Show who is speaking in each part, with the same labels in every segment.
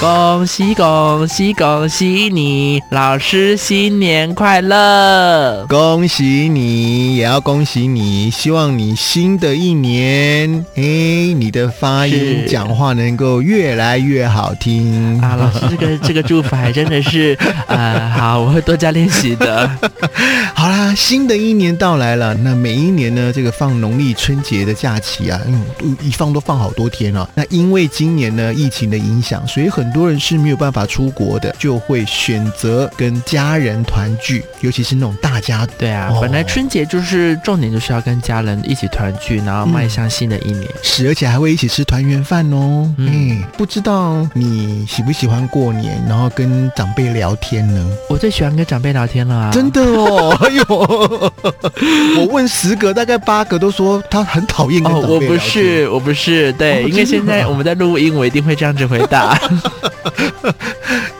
Speaker 1: 恭喜恭喜恭喜你，老师新年快乐！
Speaker 2: 恭喜你，也要恭喜你，希望你新的一年，哎，你的发音
Speaker 1: 是
Speaker 2: 讲话能够越来越好听。
Speaker 1: 啊，老师这个这个祝福还真的 是，呃，好，我会多加练习的。
Speaker 2: 好啦，新的一年到来了，那每一年呢，这个放农历春节的假期啊，嗯，一放都放好多天啊。那因为今年呢疫情的影响，所以很多人是没有办法出国的，就会选择跟家人团聚，尤其是那种大家
Speaker 1: 对啊，
Speaker 2: 哦
Speaker 1: 本来春节就是重点，就是要跟家人一起团聚，然后迈向新的一年。
Speaker 2: 是，而且还会一起吃团圆饭哦。
Speaker 1: 嗯
Speaker 2: 嗯、不知道你喜不喜欢过年，然后跟长辈聊天呢？
Speaker 1: 我最喜欢跟长辈聊天了啊，
Speaker 2: 真的 哦，哎呦，我问十个，大概八个都说他很讨厌跟
Speaker 1: 哦，
Speaker 2: 长辈聊
Speaker 1: 我
Speaker 2: 天。
Speaker 1: 不是，我不是，对，
Speaker 2: 哦
Speaker 1: 因为
Speaker 2: 真的
Speaker 1: 现在
Speaker 2: 吗
Speaker 1: 我们在录音，我一定会这样子回 答。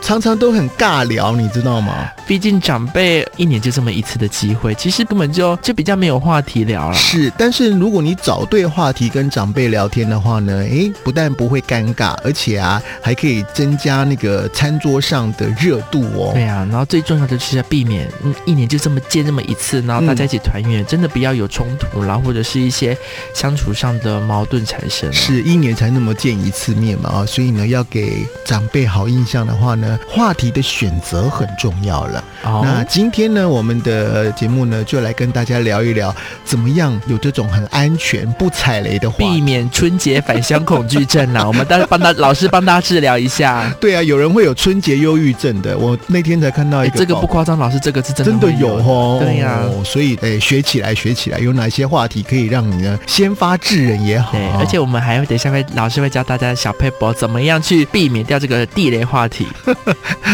Speaker 2: 常常都很尬聊，你知道吗？
Speaker 1: 毕竟长辈一年就这么一次的机会，其实根本就就比较没有话题聊了。
Speaker 2: 是，但是如果你找对话题跟长辈聊天的话呢，诶，不但不会尴尬，而且啊，还可以增加那个餐桌上的热度哦。
Speaker 1: 对啊，然后最重要的就是要避免，嗯，一年就这么见这么一次，
Speaker 2: 嗯
Speaker 1: 然后大家一起团圆，真的不要有冲突，然后或者是一些相处上的矛盾产生啊了。
Speaker 2: 是一年才那么见一次面嘛啊，所以呢，要给长辈好印象的话呢，话题的选择很重要了。
Speaker 1: 哦，
Speaker 2: 那今天呢，我们的节目呢，就来跟大家聊一聊，怎么样有这种很安全、不踩雷的话题
Speaker 1: 避免春节返乡恐惧症啊，我 们当然帮他老师帮大家治疗一下。
Speaker 2: 对啊，有人会有春节忧郁症的，我那天才看到
Speaker 1: 哎
Speaker 2: 一个、哦
Speaker 1: 这个不。夸张，老师这个是真的
Speaker 2: 真的
Speaker 1: 会
Speaker 2: 有
Speaker 1: 的
Speaker 2: 哦，
Speaker 1: 啊对呀
Speaker 2: 所以诶，学起来，学起来，有哪些话题可以让你呢先发制人也好
Speaker 1: 对，
Speaker 2: 啊、
Speaker 1: 而且我们还会等一下会老师会教大家小 paper 怎么样去避免掉这个地雷话题。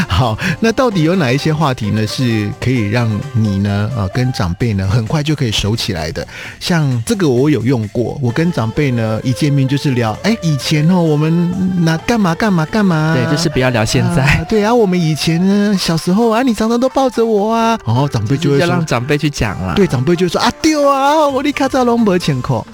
Speaker 2: 好，那到底有哪一些话题呢是可以让你呢呃跟长辈呢很快就可以熟起来的？像这个我有用过，我跟长辈呢一见面就是聊，哎，以前哦我们那干嘛干嘛干嘛，
Speaker 1: 对，就是不要聊现 在，
Speaker 2: 啊对啊，我们以前呢小时候啊，你常常都抱着我啊，然后长辈就会
Speaker 1: 要
Speaker 2: 说
Speaker 1: 让。长辈去讲啦。
Speaker 2: 对，长辈就说啊丢啊，我的卡扎龙没钱口。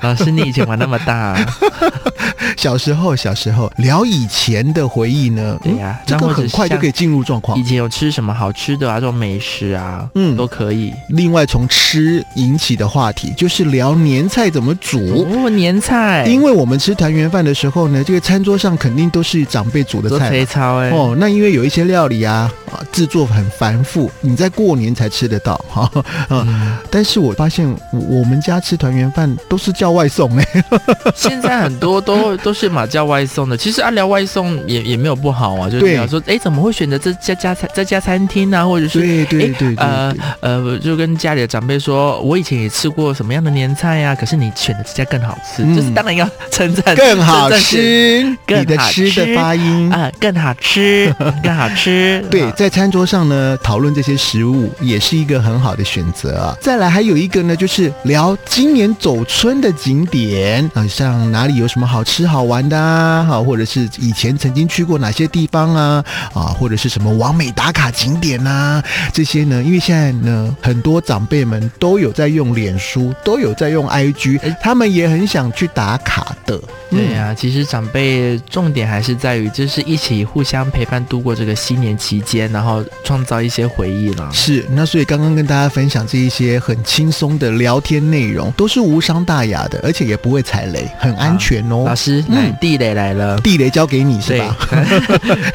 Speaker 1: 老师你以前玩那么大、啊，
Speaker 2: 小时候，小时候聊以前的回忆呢，
Speaker 1: 对呀、
Speaker 2: 这
Speaker 1: 那
Speaker 2: 个
Speaker 1: 或者
Speaker 2: 很快就可以进入状
Speaker 1: 像
Speaker 2: 况
Speaker 1: 以。前有吃什么好吃的啊，这种美食啊，
Speaker 2: 嗯
Speaker 1: 都可以。
Speaker 2: 另外，从吃引起的话题就是聊年菜怎么煮。
Speaker 1: 哦，年菜，
Speaker 2: 因为我们吃团圆饭的时候呢，这个餐桌上肯定都是长辈煮的
Speaker 1: 做
Speaker 2: 菜
Speaker 1: 肥操哎、
Speaker 2: 哦。那因为有一些料理啊，啊制作很繁复，你在过年才吃得到哈、
Speaker 1: 嗯
Speaker 2: 但是我发现我我们家吃团圆饭都是叫外送哎、
Speaker 1: 现在很多都都是马叫外送的，其实啊聊外送也也没有不好啊，就是
Speaker 2: 对
Speaker 1: 聊说，哎，怎么会选择这家家餐这家餐厅啊，或者是
Speaker 2: 对对对对
Speaker 1: 呃
Speaker 2: 对
Speaker 1: 呃，就跟家里的长辈说，我以前也吃过什么样的年菜呀、可是你选的这家更好吃，
Speaker 2: 嗯
Speaker 1: 就是当然要称赞，
Speaker 2: 更
Speaker 1: 称
Speaker 2: 好
Speaker 1: 赞呃是
Speaker 2: 吃，
Speaker 1: 更
Speaker 2: 你的
Speaker 1: 好
Speaker 2: 吃的
Speaker 1: 吃
Speaker 2: 发音。
Speaker 1: 啊、更好吃，更好吃，
Speaker 2: 对，
Speaker 1: 啊
Speaker 2: 在餐桌上呢，讨论这些食物也是一个很好的选择啊。再来还有一个呢，就是聊今年走春的景点啊，像哪里有什么好吃好玩的啊，好，或者是以前曾经去过哪些地方啊，啊，或者是什么完美打卡景点呐、这些呢，因为现在呢，很多长辈们都有在用脸书，都有在用 IG，
Speaker 1: 哎
Speaker 2: 他们也很想去打卡的。嗯
Speaker 1: 对啊呀、其实长辈重点还是在于，就是一起互相陪伴度过这个新年期间，然后创造一些回忆啦。
Speaker 2: 是，那所以刚刚跟大家分享这一些很轻松的聊天内容，都是无伤大雅的，而且也不会踩雷，很安全哦。
Speaker 1: 老师，
Speaker 2: 嗯
Speaker 1: 来地雷来了。
Speaker 2: 地雷交给你是
Speaker 1: 对
Speaker 2: 吧？，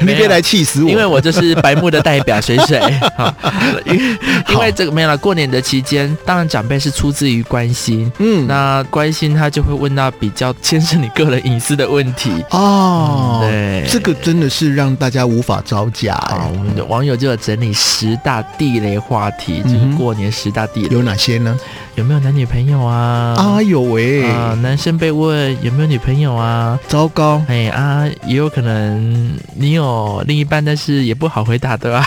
Speaker 2: 你
Speaker 1: 没有
Speaker 2: 别来气死我。
Speaker 1: 因为我就是白目的代表水 水，好因为因为这个没有了。过年的期间，当然长辈是出自于关心，
Speaker 2: 嗯
Speaker 1: 那关心他就会问到比较牵涉你个人隐私的问题。
Speaker 2: 哦、
Speaker 1: 嗯对，
Speaker 2: 这个真的是让大家无法招架、
Speaker 1: 啊，
Speaker 2: 哎
Speaker 1: 我们的网友就有整理十大地雷话题，就
Speaker 2: 嗯
Speaker 1: 是
Speaker 2: 哼
Speaker 1: 过年十大地雷，
Speaker 2: 有哪些呢？
Speaker 1: 有没有男女朋友啊？
Speaker 2: 哎呦喂，
Speaker 1: 啊，男生被问有没有女朋友啊？
Speaker 2: 糟糕！
Speaker 1: 哎啊，也有可能你有另一半，但是也不好回答对 吧？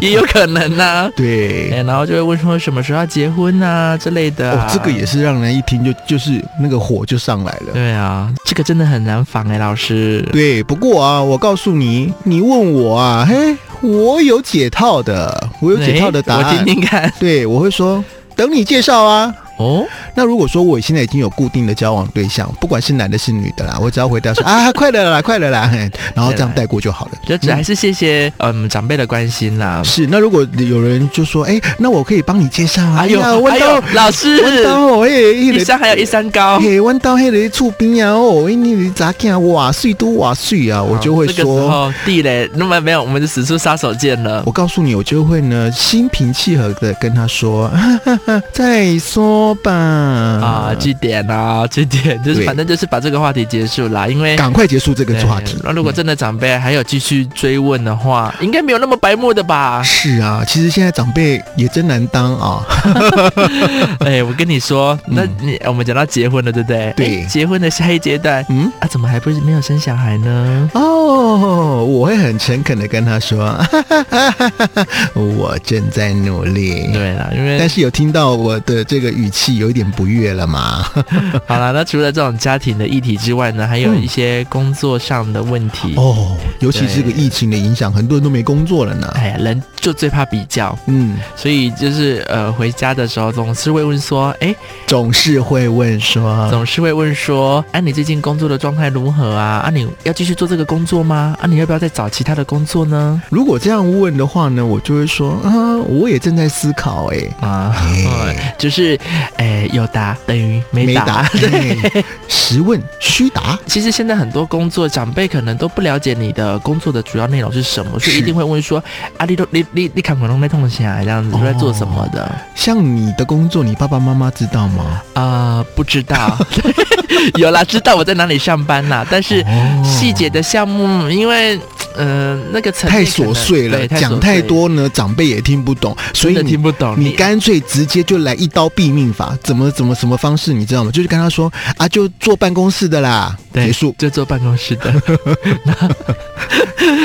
Speaker 1: 也有可能呐、
Speaker 2: 对，
Speaker 1: 哎，然后就会问说什么时候要结婚啊之类的、啊
Speaker 2: 哦，这个也是让人一听就就是那个火就上来了。
Speaker 1: 对啊，这个真的很难防哎、老师。
Speaker 2: 对，不过啊，我告诉你，你问我啊，嘿，我有解套的，我有解套的答案。
Speaker 1: 哎我听听看。
Speaker 2: 对，我会说等你介绍啊。
Speaker 1: 哦，
Speaker 2: 那如果说我现在已经有固定的交往对象，不管是男的是女的啦，我只要回答说 啊，快乐啦，快乐啦，嘿然后这样带过就好了。
Speaker 1: 就只还是谢谢嗯长辈的关心啦。
Speaker 2: 是，那如果有人就说，哎、那我可以帮你介绍啊，
Speaker 1: 哎呦
Speaker 2: 呀，弯
Speaker 1: 哎
Speaker 2: 刀
Speaker 1: 呦，，老
Speaker 2: 弯
Speaker 1: 师，
Speaker 2: 刀哦，嘿，
Speaker 1: 一
Speaker 2: 那个
Speaker 1: 山还有一山高。
Speaker 2: 嘿，弯刀迄个厝边啊，哦，哎，你你咋看哇，水都哇水啊，我就
Speaker 1: 哦
Speaker 2: 会
Speaker 1: 这个时
Speaker 2: 说，
Speaker 1: 候地雷，那么没有，我们就使出杀手锏了。
Speaker 2: 我告诉你，我就会呢心平气和的跟他说， 哈哈哈，再说吧，
Speaker 1: 啊，
Speaker 2: 啊
Speaker 1: 据点啊，据点，就是
Speaker 2: 对
Speaker 1: 反正就是把这个话题结束啦，因为。
Speaker 2: 赶快结束这个
Speaker 1: 对
Speaker 2: 话题。
Speaker 1: 那如果真的长辈还有继续追问的话，应该没有那么白目的吧？
Speaker 2: 是啊，其实现在长辈也真难当啊。
Speaker 1: 哎，我跟你说，那
Speaker 2: 嗯
Speaker 1: 你我们讲到结婚了，对不对？
Speaker 2: 对
Speaker 1: 哎结婚的下一阶段
Speaker 2: 嗯，
Speaker 1: 啊，怎么还不是没有生小孩呢？
Speaker 2: 哦，我会很诚恳的跟他说， 哈哈哈哈哈哈我正在努力。
Speaker 1: 对啦，因为
Speaker 2: 嗯但是有听到我的这个语气有一点不悦了嘛？
Speaker 1: 好啦，那除了这种家庭的议题之外呢，还有
Speaker 2: 嗯
Speaker 1: 一些工作上的问题。
Speaker 2: 哦， 尤其是这个
Speaker 1: 对
Speaker 2: 疫情的影响，很多人都没工作了呢。
Speaker 1: 哎呀，人就最怕比较，
Speaker 2: 嗯，
Speaker 1: 所以就是呃，回家的时候总是会问说，哎，
Speaker 2: 总是会问说，
Speaker 1: 总是会问说：“啊，你最近工作的状态如何啊？啊，你要继续做这个工作吗？啊，你要不要再找其他的工作呢
Speaker 2: 如果这样问的话呢，我就会说，啊，我也正在思考、哎？”。
Speaker 1: 啊， 嗯就是，哎、有答等于没答。
Speaker 2: 答，对，实问虚答，
Speaker 1: 其实现在很多工作，长辈可能都不了解你的工作的主要内容是什么，所以
Speaker 2: 是
Speaker 1: 一定会问说：“啊，你都你你你看可能在痛起啊来这样子，
Speaker 2: 哦
Speaker 1: 都在做什么的？”
Speaker 2: 像你的工作，你爸爸妈妈知道吗？
Speaker 1: 啊、不知道。 有啦，知道我在哪里上班啦，但是
Speaker 2: 哦
Speaker 1: 细节的项目，因为呃那个层
Speaker 2: 太
Speaker 1: 面可能
Speaker 2: 琐碎了，
Speaker 1: 对
Speaker 2: 讲
Speaker 1: 琐
Speaker 2: 太
Speaker 1: 碎
Speaker 2: 多呢，长辈也听不懂，所
Speaker 1: 真
Speaker 2: 以
Speaker 1: 的
Speaker 2: 你
Speaker 1: 听不懂。
Speaker 2: 你干脆直接就来一刀毙命法，怎么怎么什么方式，你知道吗？就是跟他说啊，就坐办公室的啦，
Speaker 1: 对
Speaker 2: 结束。
Speaker 1: 就坐办公室的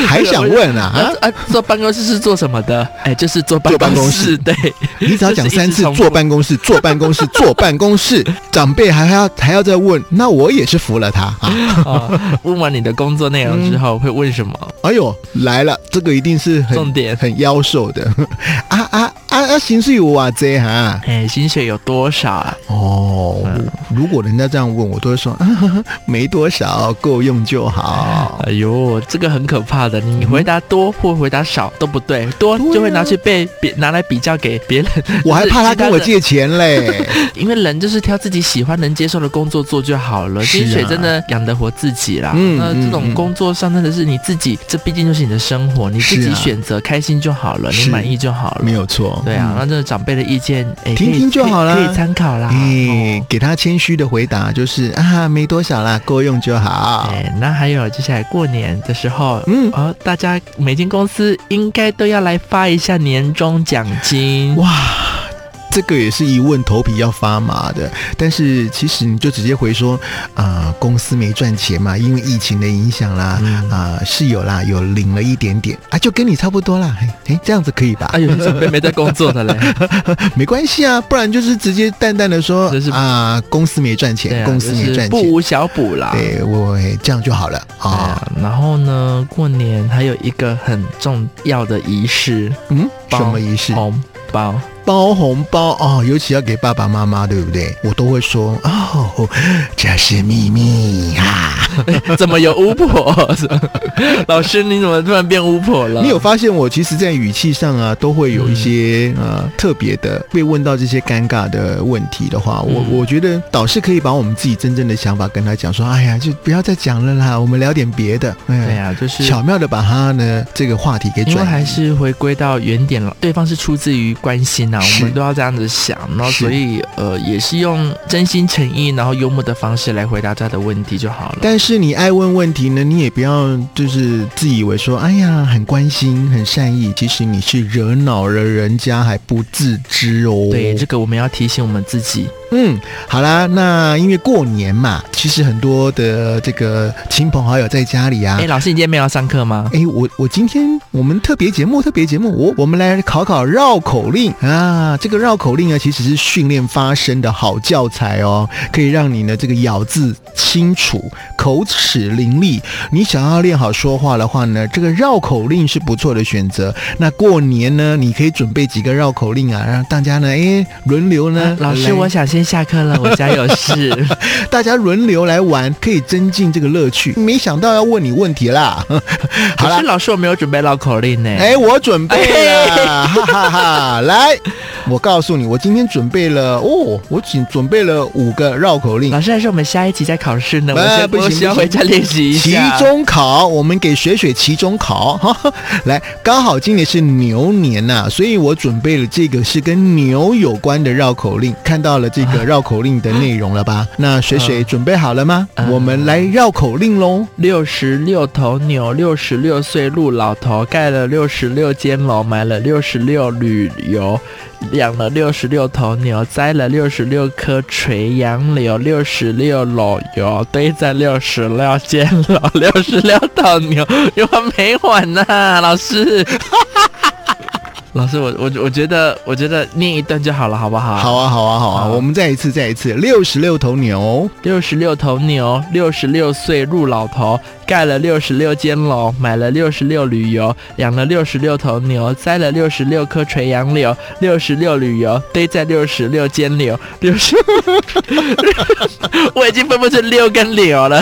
Speaker 2: 还想 问
Speaker 1: 啊
Speaker 2: 啊？啊
Speaker 1: 啊，坐办公室是做什么的？哎、就是坐办
Speaker 2: 坐办公
Speaker 1: 室。 对，
Speaker 2: 你只要讲三
Speaker 1: 就是一直
Speaker 2: 次
Speaker 1: 重复
Speaker 2: 坐办公室，坐办公室，坐办公室， 长辈还还要还要再问，那我也是服了他啊！
Speaker 1: 哦，问完你的工作内容之后、会问什么？
Speaker 2: 哎呦，来了，这个一定是很
Speaker 1: 重点，
Speaker 2: 很妖兽的 啊啊啊啊！薪水有啊这哈
Speaker 1: 哎、薪水有多少啊？
Speaker 2: 哦
Speaker 1: 嗯，
Speaker 2: 如果人家这样问我，都会说、 啊、呵呵没多少，够用 就好。
Speaker 1: 哎呦，这个很可怕的，你回答多或回答少都不对，多
Speaker 2: 对啊
Speaker 1: 就会拿去被别拿来比较给别人，
Speaker 2: 我还怕他
Speaker 1: 其他
Speaker 2: 跟我
Speaker 1: 的
Speaker 2: 借钱嘞。
Speaker 1: 因为人就是挑自己喜欢能接受的工作做就好了，
Speaker 2: 是啊
Speaker 1: 薪水真的养得活自己啦。
Speaker 2: 嗯
Speaker 1: 那
Speaker 2: 嗯
Speaker 1: 这种工作上真的是你自己，这毕竟就是你的生活，你自
Speaker 2: 是
Speaker 1: 己
Speaker 2: 啊
Speaker 1: 选择开心就好了，你
Speaker 2: 是
Speaker 1: 满意就好了
Speaker 2: 没。有错，
Speaker 1: 对啊，
Speaker 2: 嗯
Speaker 1: 那这个长辈的意见，哎、
Speaker 2: 听
Speaker 1: 可以
Speaker 2: 听就
Speaker 1: 可以
Speaker 2: 好啦
Speaker 1: 可以参考啦。
Speaker 2: 哎、
Speaker 1: 哦
Speaker 2: 给他谦虚的回答就是啊，没多少啦，够用就好。
Speaker 1: 哎、那还有接下来过年的时候。
Speaker 2: 嗯，
Speaker 1: 哦，大家每间公司应该都要来发一下年终奖金。
Speaker 2: 哇，这个也是一问头皮要发麻的。但是其实你就直接回说啊、公司没赚钱嘛，因为疫情的影响啦，
Speaker 1: 嗯
Speaker 2: 啊、是有啦，有领了一点点啊，就跟你差不多啦。哎、哎这样子可以吧？
Speaker 1: 啊，有些长辈没在工作的 嘞，
Speaker 2: 没关系啊，不然就是直接淡淡的说
Speaker 1: 就是
Speaker 2: 啊、公司没赚
Speaker 1: 对
Speaker 2: 钱，
Speaker 1: 啊，
Speaker 2: 公司
Speaker 1: 就
Speaker 2: 没
Speaker 1: 是
Speaker 2: 赚
Speaker 1: 不
Speaker 2: 钱。
Speaker 1: 无小补啦。
Speaker 2: 对，我这样就好了
Speaker 1: 对
Speaker 2: 啊。
Speaker 1: 啊，然后呢，过年还有一个很重要的仪式，
Speaker 2: 嗯，
Speaker 1: 包
Speaker 2: 什么仪式？
Speaker 1: 红包。
Speaker 2: 包红包哦，尤其要给爸爸妈妈，对不对？我都会说哦，这是秘密啊。
Speaker 1: 怎么有巫婆？ 老师，你怎么突然变巫婆了？
Speaker 2: 你有发现我其实，在语气上啊，都会有一些、
Speaker 1: 嗯
Speaker 2: 呃特别的，被问到这些尴尬的问题的话，我、
Speaker 1: 嗯
Speaker 2: 我觉得导师可以把我们自己真正的想法跟他讲说，哎呀，就不要再讲了啦，我们聊点别的。哎
Speaker 1: 对、呀、啊就是
Speaker 2: 巧妙的把他呢这个话题给
Speaker 1: 因为
Speaker 2: 转移，
Speaker 1: 还是回归到原点了，对方是出自于关心呐、
Speaker 2: 是
Speaker 1: 我们都要这样子想，然后
Speaker 2: 是
Speaker 1: 所以呃，也是用真心诚意，然后幽默的方式来回答他的问题就好了。
Speaker 2: 但是你爱问问题呢，你也不要就是自以为说，哎呀，很关心、很善意，其实你是惹恼了人家还不自知哦。
Speaker 1: 对，这个我们要提醒我们自己，
Speaker 2: 嗯，好啦，那因为过年嘛，其实很多的这个亲朋好友在家里啊
Speaker 1: 哎、。老师，你今天没有要上课吗？
Speaker 2: 哎，我我今天我们特别节目，特别节目，我我们来考考绕口令啊！这个绕口令呢，其实是训练发声的好教材哦，可以让你呢这个咬字清楚，口齿伶俐，你想要练好说话的话呢，这个绕口令是不错的选择。那过年呢，你可以准备几个绕口令啊，让大家呢，哎，轮流呢，
Speaker 1: 啊老师，
Speaker 2: 来
Speaker 1: 我想先下课了，我家有事。
Speaker 2: 大家轮流来玩，可以增进这个乐趣。没想到要问你问题啦， 好
Speaker 1: 可是，
Speaker 2: 啦
Speaker 1: 哎老师，我没有准备绕口令呢。
Speaker 2: 哎，我准备了，哈哈哈！来，我告诉你，我今天准备了哦，我只准备了五个绕口令。
Speaker 1: 老师，还是我们下一集再考试呢？
Speaker 2: 哎
Speaker 1: 我先
Speaker 2: 不行
Speaker 1: 我需要
Speaker 2: 不行
Speaker 1: 回家练习一
Speaker 2: 期
Speaker 1: 下。
Speaker 2: 中考，我们给水水期中考 哈。来，刚好今年是牛年呐、所以我准备了这个是跟牛有关的绕口令。看到了这
Speaker 1: 啊
Speaker 2: 个绕口令的内容了吧？那水水准备好了吗？
Speaker 1: 嗯
Speaker 2: 我们来绕口令喽。
Speaker 1: 六十六头牛，六十六岁陆老头，盖了六十六间楼，买了六十六旅游，养了六十六头牛，栽了六十六棵垂杨柳，六十六篓油堆在六十六间楼， 六十六头牛，有完没完呐、老师， 老师，我我我觉得，我觉得念一段就好了，好不好？
Speaker 2: 好啊，好啊，好啊！
Speaker 1: 好
Speaker 2: 我们再一次，再一次，六十六头牛，
Speaker 1: 六十六头牛，六十六岁入老头，盖了六十六间楼，买了六十六旅游，养了六十六头牛，栽了六十六棵垂杨柳，六十六旅游堆在六十六间柳，六 十，我已经分不出六跟柳了。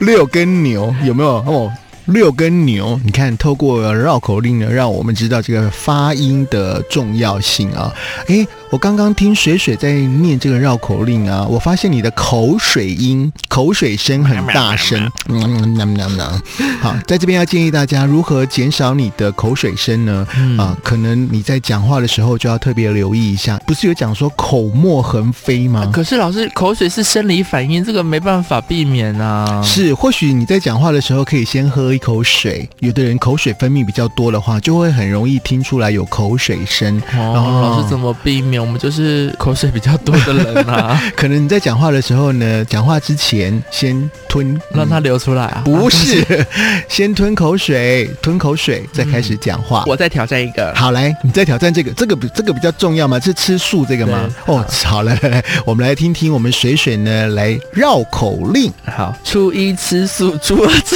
Speaker 2: 六根牛，有没有？哦。六根牛，你看，透过绕口令呢，让我们知道这个发音的重要性啊。诶，我刚刚听水水在念这个绕口令啊，我发现你的口水音、口水声很大声。嗯，那那那，好，在这边要建议大家如何减少你的口水声呢？
Speaker 1: 嗯
Speaker 2: 啊，可能你在讲话的时候就要特别留意一下。不是有讲说口沫横飞吗？
Speaker 1: 可是老师，口水是生理反应，这个没办法避免啊。
Speaker 2: 是，或许你在讲话的时候可以先喝一口水。有的人口水分泌比较多的话，就会很容易听出来有口水声。
Speaker 1: 哦，老师怎么避免？我们就是口水比较多的人 啊，
Speaker 2: 可能你在讲话的时候呢，讲话之前先吞，
Speaker 1: 让它
Speaker 2: 嗯
Speaker 1: 流出来啊。
Speaker 2: 不 是，先吞口水，吞口水，再开始讲话。
Speaker 1: 我再挑战一个。
Speaker 2: 好，来，你再挑战这个，这个比这个比较重要嘛？是吃素这个吗？
Speaker 1: 对
Speaker 2: 哦，好，来来来，我们来听听我们水水呢来绕口令，
Speaker 1: 好，初一吃素， 初二吃。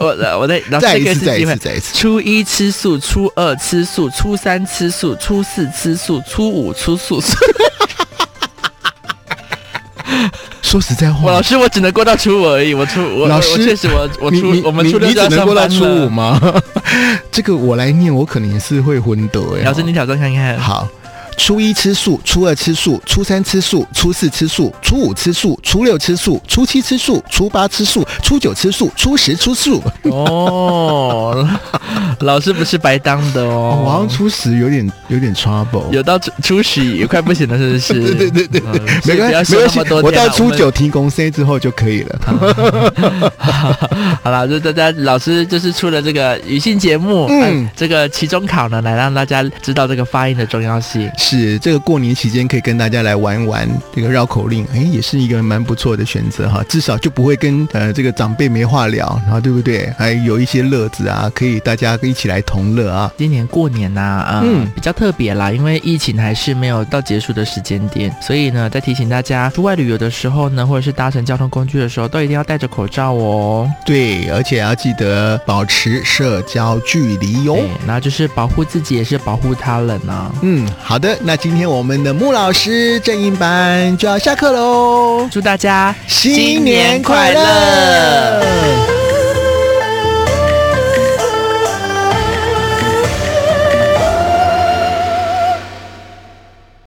Speaker 1: 我的我的，老师
Speaker 2: 再
Speaker 1: 再
Speaker 2: 一
Speaker 1: 给
Speaker 2: 次，再
Speaker 1: 机
Speaker 2: 一次，
Speaker 1: 会。
Speaker 2: 再一次。
Speaker 1: 初一吃素，初二吃素，初三吃素，初四吃素，初五吃素。
Speaker 2: 说实在
Speaker 1: 我
Speaker 2: 话
Speaker 1: 老，师，我只能过到初五而已。我初我
Speaker 2: 老
Speaker 1: 我
Speaker 2: 师
Speaker 1: 我确实我我
Speaker 2: 你
Speaker 1: 初
Speaker 2: 你
Speaker 1: 我们
Speaker 2: 你
Speaker 1: 初六
Speaker 2: 你
Speaker 1: 就要
Speaker 2: 只能
Speaker 1: 上
Speaker 2: 过到
Speaker 1: 班
Speaker 2: 初五
Speaker 1: 了。
Speaker 2: 吗？ 这个我来念，我可能也是会昏的哎、
Speaker 1: 老师，你挑战看看。
Speaker 2: 好。初一吃素，初二吃素，初三吃素，初四吃素，初五吃素，初六吃素，初七吃素，初八吃素，初九吃素，初十吃素。
Speaker 1: 哦， 老师不是白当的
Speaker 2: 哦， 我好
Speaker 1: 哦
Speaker 2: 像。初十有点有点 trouble。
Speaker 1: 有到初初十也快不行了，是不是？
Speaker 2: 对对对对
Speaker 1: 嗯所
Speaker 2: 没
Speaker 1: 以不
Speaker 2: 关
Speaker 1: 要
Speaker 2: 系，
Speaker 1: 说
Speaker 2: 没
Speaker 1: 那
Speaker 2: 关系
Speaker 1: 么多，
Speaker 2: 我
Speaker 1: 天
Speaker 2: 到
Speaker 1: 啊
Speaker 2: 初
Speaker 1: 们
Speaker 2: 九提供 C 之后就可以了。
Speaker 1: 好了，就大家老师就是出了这个语性节目，
Speaker 2: 嗯
Speaker 1: 嗯，这个期中考呢，来让大家知道这个发音的重要性。
Speaker 2: 是这个过年期间可以跟大家来玩一玩这个绕口令，哎，也是一个蛮不错的选择哈，至少就不会跟呃这个长辈没话聊，然后对不对？还有一些乐子啊，可以大家一起来同乐啊。
Speaker 1: 今年过年呐、啊，
Speaker 2: 嗯
Speaker 1: 嗯，比较特别啦，因为疫情还是没有到结束的时间点，所以呢，再提醒大家，出外旅游的时候呢，或者是搭乘交通工具的时候，都一定要戴着口罩哦。
Speaker 2: 对，而且要记得保持社交距离哟、
Speaker 1: 对，然后就是保护自己，也是保护他人啊。
Speaker 2: 嗯，好的，那今天我们的穆老师正音班就要下课喽，
Speaker 1: 祝大家
Speaker 2: 新年快
Speaker 1: 新年快
Speaker 2: 乐！
Speaker 1: 乐